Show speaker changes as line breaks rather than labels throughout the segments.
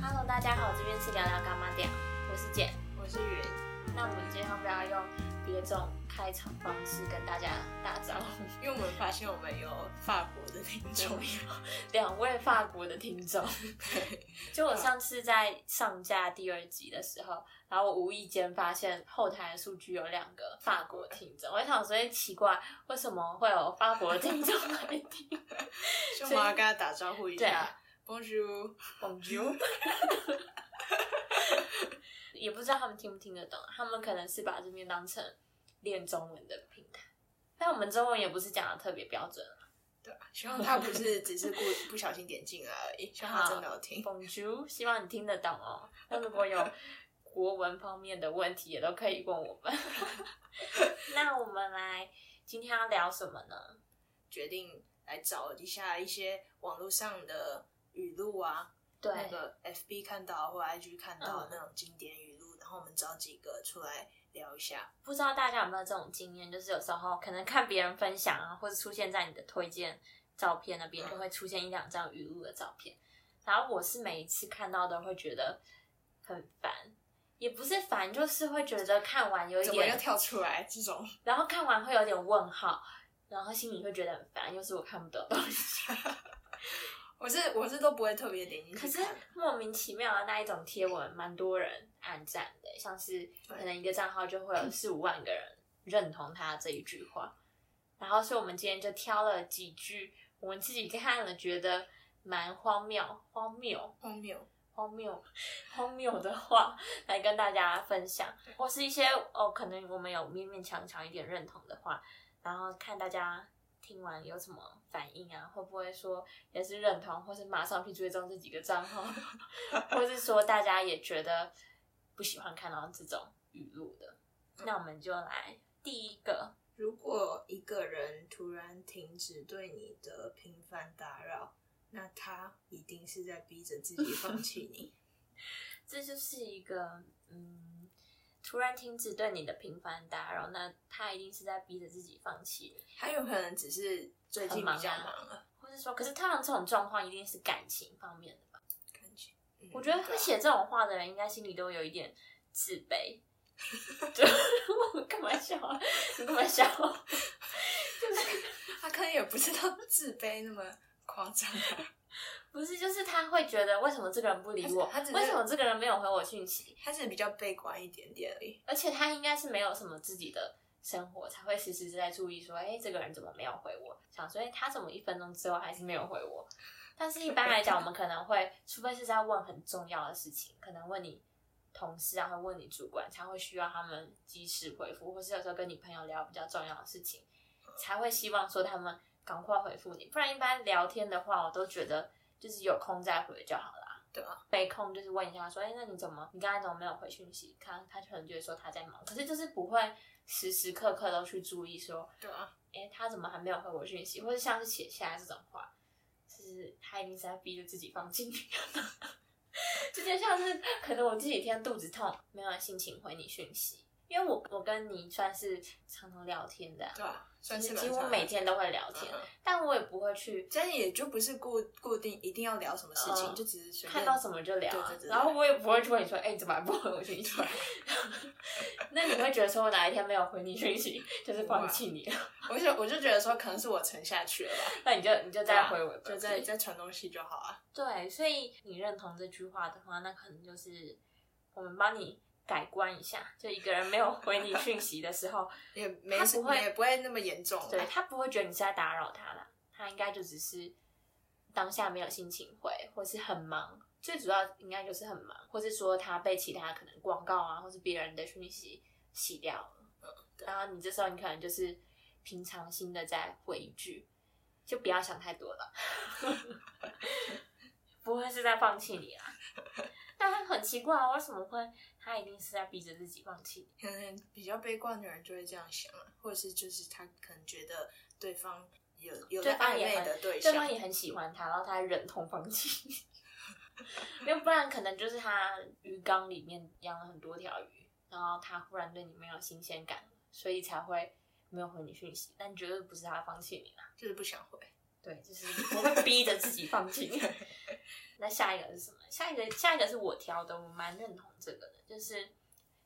观众大家好，这边是聊聊干妈店，我是简，我是云。那我们今天要不要用别种开场方式跟大家打招呼？
因为我们发现我们有法国的听众，
两位法国的听众，就我上次在上架第二集的时候，然后我无意间发现后台的数据有两个法国听众，我就想说哎奇怪，为什么会有法国的听众来听？
就我们要跟他打招呼一
对
下
啊
，Bonjour，
Bonjour 也不知道他们听不听得懂，他们可能是把这边当成练中文的平台，但我们中文也不是讲的特别标 准。
对吧？ 希望他不是只 是故意不小心点进来而已，希望他真的有听。
Bonjour，希望你听得懂 哦。那如果有国文方面的问题，也都可以问我 们。那我们来今天要聊什么呢？
决定来找一下一些网络上的语录啊，
对
那个 FB 看到或 IG 看到的那种经典语录，然后我们找几个出来聊一下。
不知道大家有没有这种经验，就是有时候可能看别人分享啊，或者出现在你的推荐照片那边，
嗯
就会出现一两张语录的照片。然后我是每一次看到都会觉得很烦，也不是烦，就是会觉得看完有一
怎么又
点，
跳出来这种？
然后看完会有点问号，然后心里会觉得很烦，又是我看不懂的东西。
我是我是都不会特别点进
可
去
是
看，
莫名其妙的那一种贴文，蛮多人按赞的，像是可能一个账号就会有四五万个人认同他这一句话。然后，所以我们今天就挑了几句我们自己看了觉得蛮荒谬、荒谬、
荒谬。
荒谬、 荒谬的话来跟大家分享，或是一些哦，可能我们有勉勉强强一点认同的话，然后看大家。听完有什么反应啊？会不会说也是认同，或是马上去追踪这几个账号， 或是说大家也觉得不喜欢看到这种语录的？那我们就来第一个，
如果一个人突然停止对你的频繁打扰，那他一定是在逼着自己放 弃你。
这就是一个嗯，突然停止对你的频繁打扰，那他一定是在逼着自己放弃你，
他有可能只是最近比较忙了，
或是说，可是通常这种状况一定是感情方面的吧？
感情。嗯
我觉得会写这种话的人，应该心里都有一点自 卑。就我干嘛笑啊？你干嘛笑啊？
对啊 他可能也不知道自卑那么夸张啊，
不是，就是他会觉得为什么这个人不理我
他只他只，是
为什么这个人没有回我讯息，
他只是比较悲观一点点而已。
而且他应该是没有什么自己的生活，才会时时在注意说，哎、这个人怎么没有回我？想说，哎、他怎么一分钟之后还是没有回我？但是一般来讲，我们可能会，除非是在问很重要的事情，可能问你同事啊，或问你主管，才会需要他们及时回复，或是有时候跟你朋友聊比较重要的事情，才会希望说他们赶快回复你。不然一般聊天的话，我都觉得就是有空再回就好啦。
对啊，
没空就是问一下说，哎、那你怎么，你刚才怎么没有回讯息？看他可能就会说他在忙，可是就是不会时时刻刻都去注意说，
对啊，
哎、他怎么还没有回我讯息，或者像是写下来这种话，就是他一定是在逼着自己放进去。 就就像是可能我这几天肚子痛，没有心情回你讯息，因为我我跟你算是常常聊天的啊，
对啊，算是
就
蛮
几乎
常
每天都会聊天，
嗯嗯
但我也不会去
但也就不是固固定一定要聊什么事情，
嗯
就只是随便
看到什么就聊啊、
对对对对
然后我也不会去问你说，哎、你怎么还不回我讯息？ 那你会觉得说我哪一天没有回你讯息，就是放弃你了，
我就我就觉得说，可能是我沉下去了吧，
那你就你啊就再回我，
就在在传东西就好啊。
对，所以你认同这句话的话，那可能就是我们帮你改观一下，就一个人没有回你讯息的时候，
也没
他
什
不会
也不会那么严重啊。
对他不会觉得你是在打扰他啦，他应该就只是当下没有心情回，或是很忙。最主要应该就是很忙，或是说他被其他可能广告啊，或是别人的讯息洗掉了。
对
然后你这时候你可能就是平常心的再回一句，就不要想太多了，不会是在放弃你啦。但他很奇怪啊，为什么会他一定是在逼着自己放弃你？
可能比较悲观的人就会这样想啊，或者是就是他可能觉得对方有有
对
在
方
暧
也
昧
很
的对
对
象，
方也很喜欢他，然后他还忍痛放弃。 要不然可能就是他鱼缸里面养了很多条鱼，然后他忽然对你没有新鲜感，所以才会没有回你讯息。但绝对不是他放弃你啦，
就是不想回。
对，就是我会逼着自己放弃。那下一个是什么？下一个下一个是我挑的，我蛮认同这个的，就是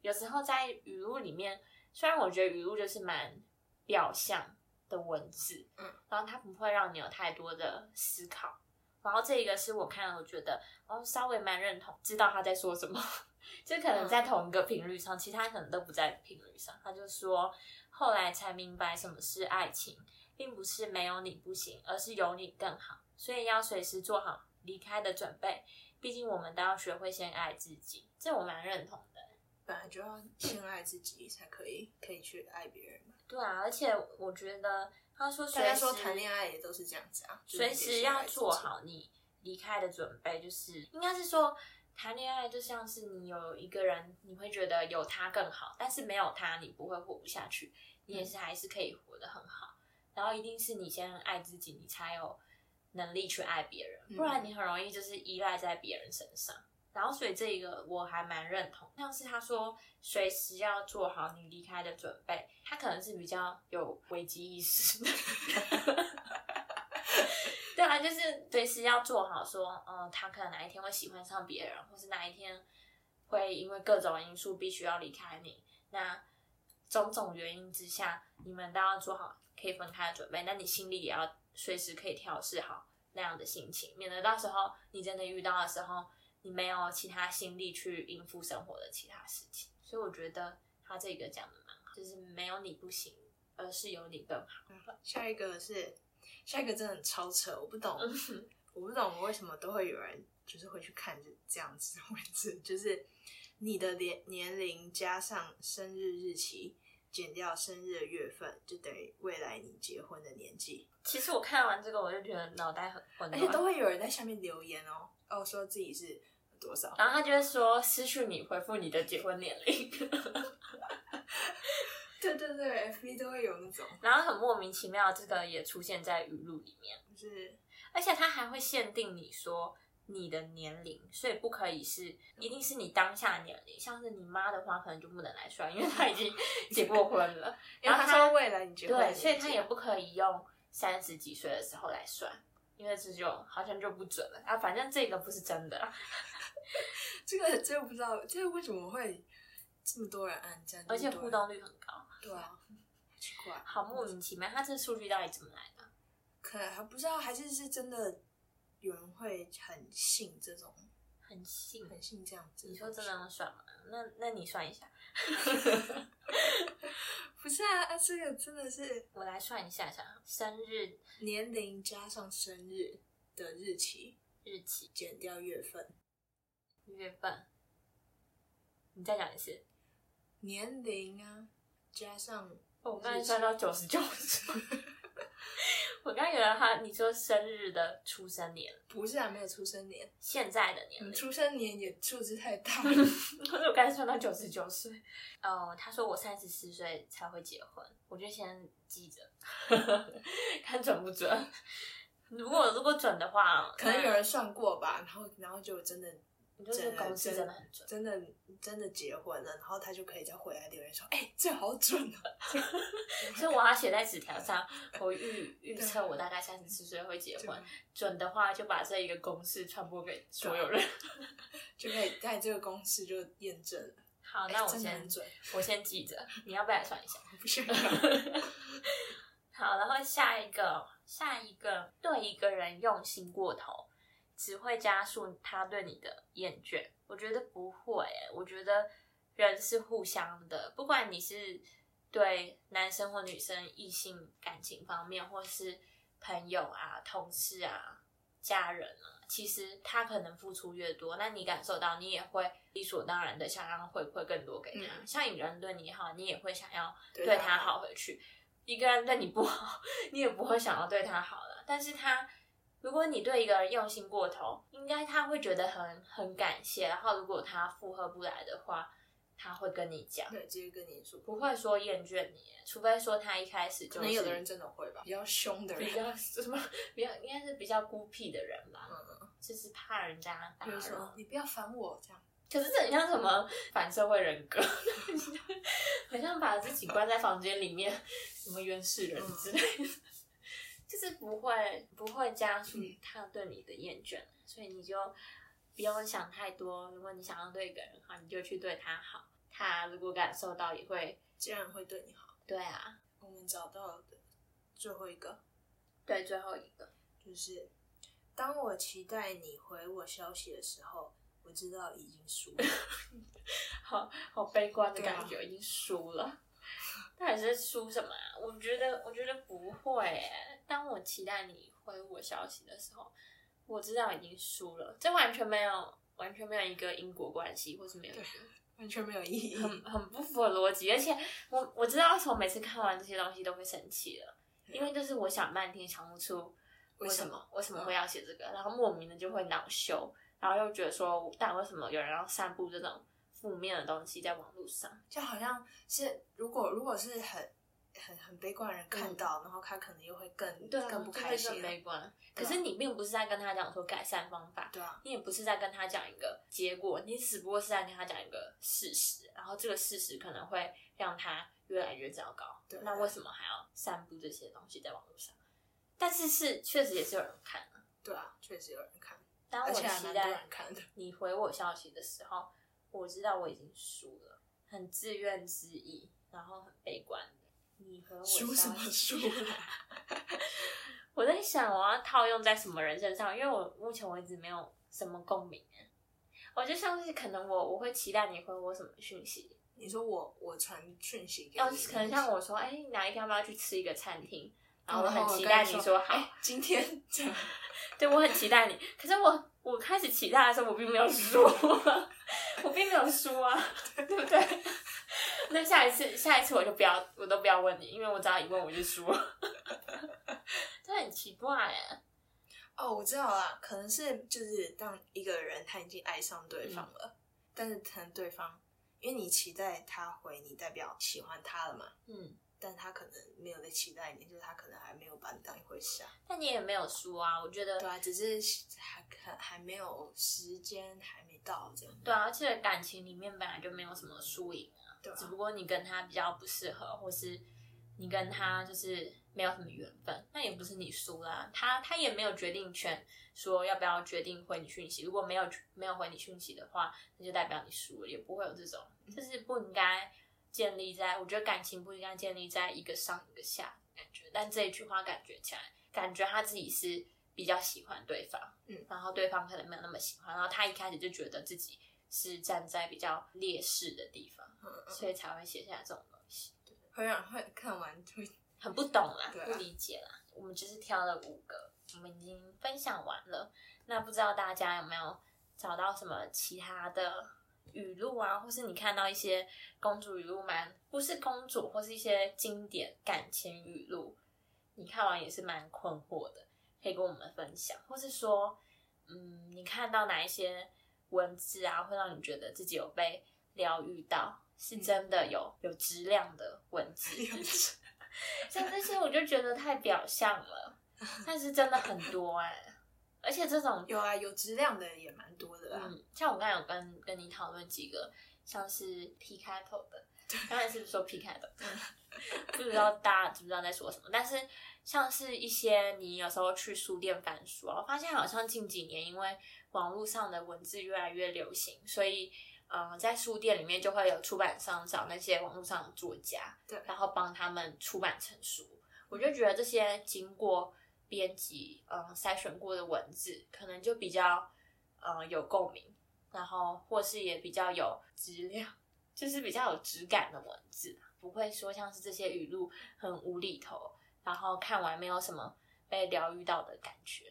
有时候在语录里面，虽然我觉得语录就是蛮表象的文字，
嗯，
然后它不会让你有太多的思考。然后这一个是我看了，我觉得哦，稍微蛮认同，知道他在说什么。 就可能在
嗯
同一个频率上，其他可能都不在频率上。他就说，后来才明白什么是爱情，并不是没有你不行，而是有你更好。所以要随时做好离开的准备，毕竟我们都要学会先爱自己。这我蛮认同的。
本来就要先爱自己才可以可以去爱别人嘛。
对啊，而且我觉得他说
大
随
家
时
说谈恋爱也都是这样子啊，就是
随
你得
时
先爱
要
自己
做。好你离开的准备，就是应该是说谈恋爱就像是你有一个人，你会觉得有他更好，但是没有他你不会活不下去，你也是还是可以活得很好。然后一定是你先爱自己，你才有能力去爱别人，
嗯
不然你很容易就是依赖在别人身上。然后，所以这一个我还蛮认同，像是他说随时要做好你离开的准备，他可能是比较有危机意识的。 对啊，就是随时要做好说，嗯，他可能哪一天会喜欢上别人，或是哪一天会因为各种因素必须要离开你。那种种原因之下，你们都要做好可以分开的准备。那你心里也要随时可以调试好那样的心情，免得到时候你真的遇到的时候，你没有其他心力去应付生活的其他事情。所以我觉得他这个讲的蛮好，就是没有你不行，而是有你更好。
下一个是下一个真的很超扯，我不懂，我不懂为什么都会有人就是会去看这这样子的文字，就是你的年年龄加上生日日期。减掉生日的月份，就等于未来你结婚的年纪，
其实我看完这个，我就觉得脑袋很混
而
乱，
且都会有人在下面留言哦，哦，说自己是多少，
然后他就会说失去你，回复你的结婚年龄，
对对对，FB 都会有那种，
然后很莫名其妙，这个也出现在语录里面，
就是
而且他还会限定你说你的年龄，所以不可以是，一定是你当下的年龄，像是你妈的话，可能就不能来算，因为她已 经结过婚了，
因为他
然后他
说未来你结婚的
对，
年纪，
所以他也不可以用三十几岁的时候来算。因为这就好像就不准了啊，反正这个不是真的啦，
嗯这个真的不知道，这个为什么会这么多人按赞，
而且
这么
互
多人
动率很高，
对啊，奇怪，
好莫名其妙，他这数据到底怎么来的？
可能还不知道，还是是真的有人会很信这种，
很信
很信这样子。
嗯你说真的？能算吗？那那你算一下，
不是啊，啊这个真的是
我来算一下下生日
年龄加上生日的日期
日期
减掉月份，
月份。你再讲一次，
年龄啊加上哦
哦我刚才算到九十九岁。 我刚以为他你说生日的出生年，
不是啊，没有出生年，
现在的年
你
龄，
出生年也数字太 大了。
可 是我刚才算到九十九岁。哦，他说我三十四岁才会结婚，我就先记着， 看准不准。 如果如果准的话，
可能有
那
人算过吧，然后然后就真的
啊你就是
真的
公式真的很准。
真的真的结婚了，然后他就可以再回来留言说，哎、这好准啊！
所以我要写在纸条上，我 预预测我大概三十四岁会结婚，准啊的话就把这一个公式传播给所有人。
就可以在这个公式就验证了。
好，
哎
那我
真的
先
很准，
我先记着，你要不要也算一下？
我不想
好，然后下一个，下一个，对一个人用心过头，只会加速他对你的厌倦。我觉得不会欸、我觉得人是互相的，不管你是对男生或女生、异性感情方面，或是朋友啊、同事啊、家人啊，其实他可能付出越多，那你感受到，你也会理所当然的想要回馈更多给他。
嗯
像有人对你好，你也会想要
对啊
对他好回去。一个人对你不好， 你也不会想要对他好了。但是他，如果你对一个人用心过头，应该他会觉得很很感谢。然后如果他负荷不来的话，他会跟你讲，
对，直接跟你说。
不会说厌倦你，除非说他一开始就是
可能有的人真的会吧，比较凶的人
比，较 什么比较应该是比较孤僻的人吧，
嗯，
就是怕人家打
比如
扰
说。你不要烦我这样，
可是这很像什么反社会人格，很像把自己关在房间里面，什么原始人之类的，就是不会不会加速他对你的厌倦，所以你就不用想太多。如果你想要对一个人好，你就去对他好。他如果感受到，也会
既然会对你好，
对啊，
我们找到的最后一个
对最后一个，
就是，当我期待你回我消息的时候，我知道已经输了。
好好悲观的
对啊
感觉，已经输了。到底是输什么、啊？我觉得，我觉得不会耶、当我期待你回我消息的时候，我知道已经输了。这完全没有，完全没有一个因果关系，或是没有一个
完全没有意 义。
很很不符合逻辑，而且我我知道为什么每次看完这些东西都会生气了，因为就是我想半天想不出
啊为什
什
么？嗯
为什么会要写这个，然后莫名的就会恼羞，然后又觉得说，但为什么有人要散布这种负面的东西在网络上？
就好像是如果如果是很很很悲观的人看到，然后他可能又会更
嗯对啊，
更不开
就会
心
更。悲观。可
对啊
是你并不是在跟他讲说改善方法，
对啊，
你也不是在跟他讲一个结果，你只不过是在跟他讲一个事实，然后这个事实可能会让他越来越糟糕。
对
那为什么还要散布这些东西在网络上？但是是确实也是有人看啊。
对啊，确实有人看，
当
而
我
且还蛮
期
多人
待
看的。
你回我消息的时候，我知道我已经输了，很自怨自艾，然后很悲观的。你回我消
输
息
什么输 啊？
我在想我要套用在什么人身上，因为我目前为止没有什么共鸣。我就像是可能我我会期待你回我什么讯息，
你说我我传讯息给
要
你，
是哦可能像我说，哎、哪一天要不要去吃一个餐厅？然后我
哦
很期待你说好，
哎今天 这样，
对我很期待你。可是我我开始期待的时候，我并没有说，我并没有说啊，对不对？那下一次下一次我就不要，我都不要问你，因为我只要一问我就输 了，这很奇怪哎。
哦，我知道了，可能是就是当一个人他已经爱上对方
嗯
了，但是可能对方因为你期待他回你，代表喜欢他了嘛，
嗯，
但他可能没有在期待你，就是他可能还没有把你当一回事啊。
但你也没有输啊，我觉得
对啊，只是还可还没有时间，还没到这样。
对啊，而且感情里面本来就没有什么输赢啊，
对
只
啊，
不过你跟他比较不适合，或是你跟他就是没有什么缘分，那也不是你输啦，他他也没有决定权，说要不要决定回你讯息，如果没有没有回你讯息的话，那就代表你输了，也不会有这种，就是不应该建立在，我觉得感情不应该建立在一个上一个下的感觉，但这一句话感觉起来，感觉他自己是比较喜欢对方，
嗯，
然后对方可能没有那么喜欢，然后他一开始就觉得自己是站在比较劣势的地方，
嗯嗯，
所以才会写下这种东西，
会让会看完会
很不懂啦，
对啊
不理解啦。我们只是挑了五个，我们已经分享完了。那不知道大家有没有找到什么其他的语录啊，或是你看到一些公主语录蛮不是公主，或是一些经典感情语录，你看完也是蛮困惑的，可以跟我们分享，或是说，嗯，你看到哪一些文字啊，会让你觉得自己有被疗愈到，
嗯
是真的有、有质量的文字，像这些我就觉得太表象了，但是真的很多哎、而且这种
有啊，有质量的也蛮多的啊。
嗯，像我刚才有跟跟你讨论几个，像是 P 开头的，刚才是不是说 P 开头？ 不知道大家知不知道在说什么，但是像是一些你有时候去书店翻书啊，我发现好像近几年因为网络上的文字越来越流行，所以嗯、呃在书店里面就会有出版商找那些网络上的作家，
对
然后帮他们出版成书。我就觉得这些经过编辑嗯筛选过的文字，可能就比较嗯有共鸣，然后或是也比较有质量，就是比较有质感的文字，不会说像是这些语录很无厘头，然后看完没有什么被疗愈到的感觉。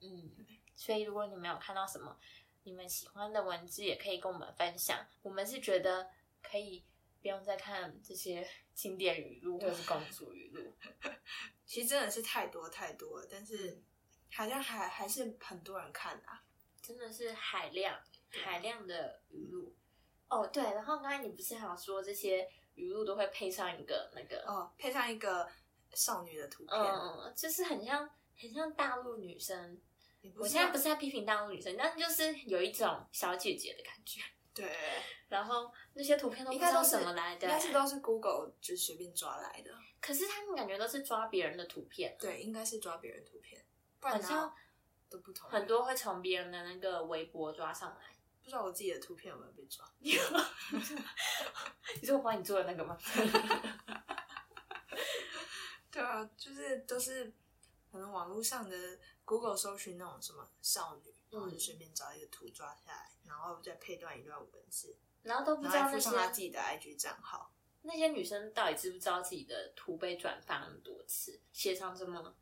嗯，所以如果你们有看到什么你们喜欢的文字，也可以跟我们分享。我们是觉得可以不用再看这些 经典语录或是公主语录。
其实真的是太多太多了，但
嗯
是好像还还是很多人看啊。
真的是海量海量的语录。哦，对，然后刚才你不是还有说这些语录都会配上一个那个，
哦，配上一个少女的图片，
嗯嗯，嗯就是很像很像大陆女生。
你不
我
是
现在不是在批评大陆女生，但就是有一种小姐姐的感觉。
对，
然后那些图片都不
应
知
该
道
都是
怎么来的
应，该是都是 Google 就随便抓来的。
可是他们感觉都是抓别人的图片，啊
对，应该是抓别人图片，不
好
然哪有
像
都不同。
很多会从别人的那个微博抓上来。
不知道我自己的图片有没有被抓。
你说我帮你做的那个吗？
对啊，就是都是可能网络上的 Google 搜寻那种什么少女，
嗯
然后就随便找一个图抓下来，然后再配段一段文字，
然后都不
然
知
后
道
还
那
附上她自
些
己的 IG 账号。
那些女生到底知不知道自己的图被转发那么多次，写上这么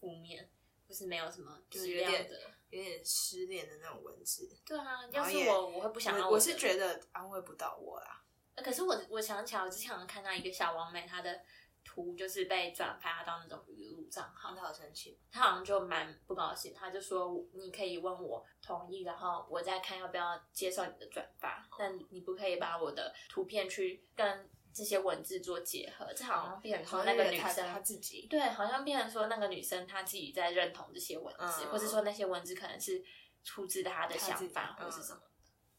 负面，或是没有什么
就是
质
有
量
点
的。
有点失恋的那种文字，
对啊，
然
要
后
是
也
我，我会不想要
我
我
我
的
是觉得安慰不到我啦。
呃可是我我想起来，我之前有看到一个小王妹，她的图就是被转发到那种语录账号，
好生气，
她好像就蛮不高兴，她就说你可以问我同意，然后我再看要不要接受你的转发，但你不可以把我的图片去跟这些文字做结合，这好像变成
好
说
像
那个
有
女
点她她
生。
自己，
对，好像变成说那个女生她自己在认同这些文字，
嗯
或是说那些文字可能是出自她的
她
想
自己
法，或是
嗯
什么的。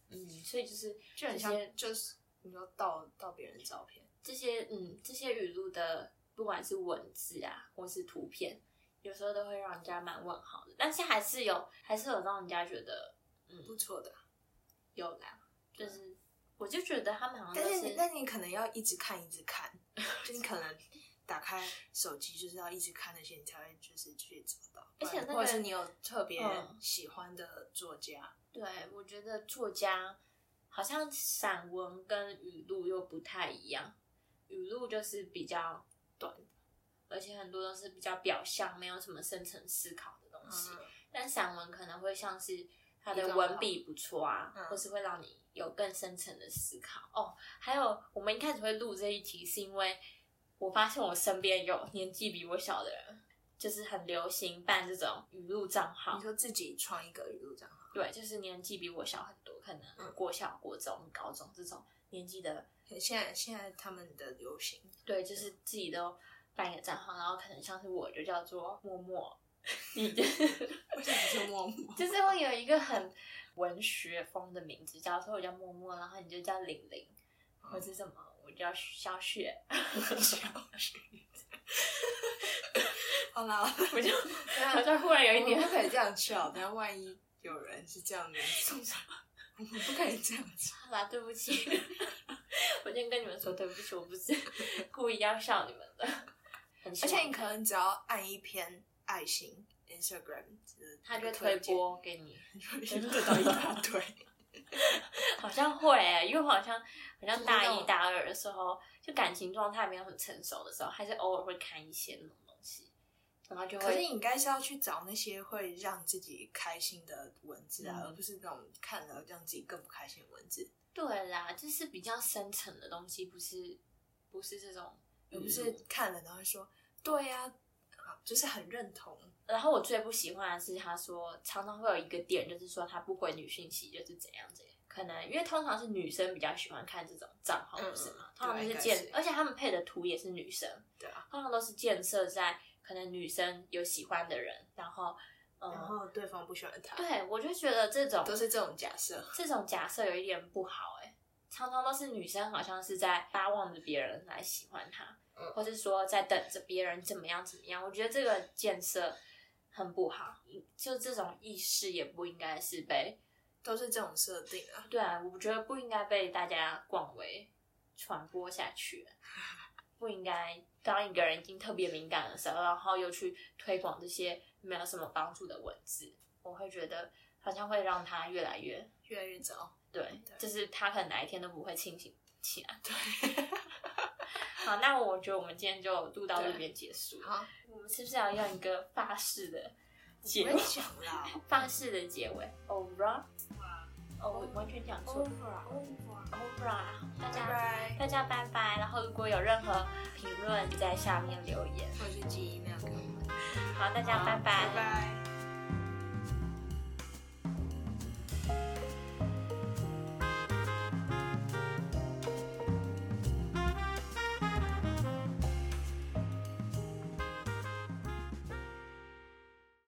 嗯，所以就是
就很
这
像
些
就是你说盗盗别人的照片，
这些嗯这些语录的，不管是文字啊，或是图片，有时候都会让人家蛮问号的。但是还是有，还是有让人家觉得
不错的。
有啦，就是我就觉得他们好像
嗯但
都
是
是
你，但你可能要一直看，一直看， 就你可能打开手机就是要一直看那些，你才会就是去找到。
而且那个
或者是你有特别
嗯
喜欢的作家，
对我觉得作家好像散文跟语录又不太一样，语录就是比较短的，而且很多都是比较表象，没有什么深层思考的东
嗯
西。但散文可能会像是他的文笔不错啊，
嗯
或是会让你有更深层的思考哦。还有，我们一开始会录这一集，是因为我发现我身边有年纪比我小的人，就是很流行办这种语录账号
你，说自己创一个语录账号，
对，就是年纪比我小很多，可能
嗯
国小、国中、高中这种年纪的
现在现在他们的 流行，
对，就是自己都办一个账号，然后可能像是我就叫做默默，你就
为什么是默默？
就是会有一个很文学风的名字，假如说我叫默默，然后你就叫玲玲，或者什么，我叫小雪，
好啦，
我 就
等
好
一下
像忽然有
我
一
们
点
不可以这样笑，等一下万一有人 是这样的，我们不可以这样笑。
好啦，对不起， 我先跟你们说对不起，我不是故意要笑你们的，很
而
希
且
望
你可能只要按一篇爱心 Instagram，就是
他就会推
推荐
播给你，
就得到一大 堆。
好像会、欸，因为我好像好像大
就是那
一
种
大二的时候，就感情状态没有很成熟的时候，还是偶尔会看一些那种东西，然后就
可是
会
你应该是要去找那些会让自己开心的文字啊，
嗯
而不是那种看了让自己更不开心的文字，
对啦，就是比较深层的东西，不是不是这种，
而不是看了然后说对呀、啊，就是很认同。
然后我最不喜欢的是，他说常常会有一个点，就是说他不回女讯息，就是怎样怎样。可能因为通常是女生比较喜欢看这种账号，
嗯
不是吗？
对
通常就
应
是
该
建，
是
而且他们配的图也是女生，
对啊，
通常都是建设在可能女生有喜欢的人，然后，嗯、
然后对方不喜欢他，
对我就觉得这种
都是这种假设。
这种假设有一点不好哎、常常都是女生好像是在巴望着别人来喜欢她，
嗯
或是说在等着别人怎么样怎么样。我觉得这个建设很不好，嗯就这种意识也不应该是被
都是这种设定啊，
对啊，我觉得不应该被大家广为传播下去，不应该当一个人已经特别敏感的时候，然后又去推广这些没有什么帮助的文字，我会觉得好像会让他越来越
越来越早。
对，
对
就是他可能哪一天都不会清醒起来。
对，
好，那我觉得我们今天就录到这边结束。
好，
我们是不是要用一个发式的
不
结
会讲啦。
发式的结尾？Over，哦，我完全讲错
over，over，
，Over，好大
拜
家
拜，
大家拜拜。然后如果有任何评论，在下面留言。
或者是寄 email 给我们。
好，大家拜
拜拜。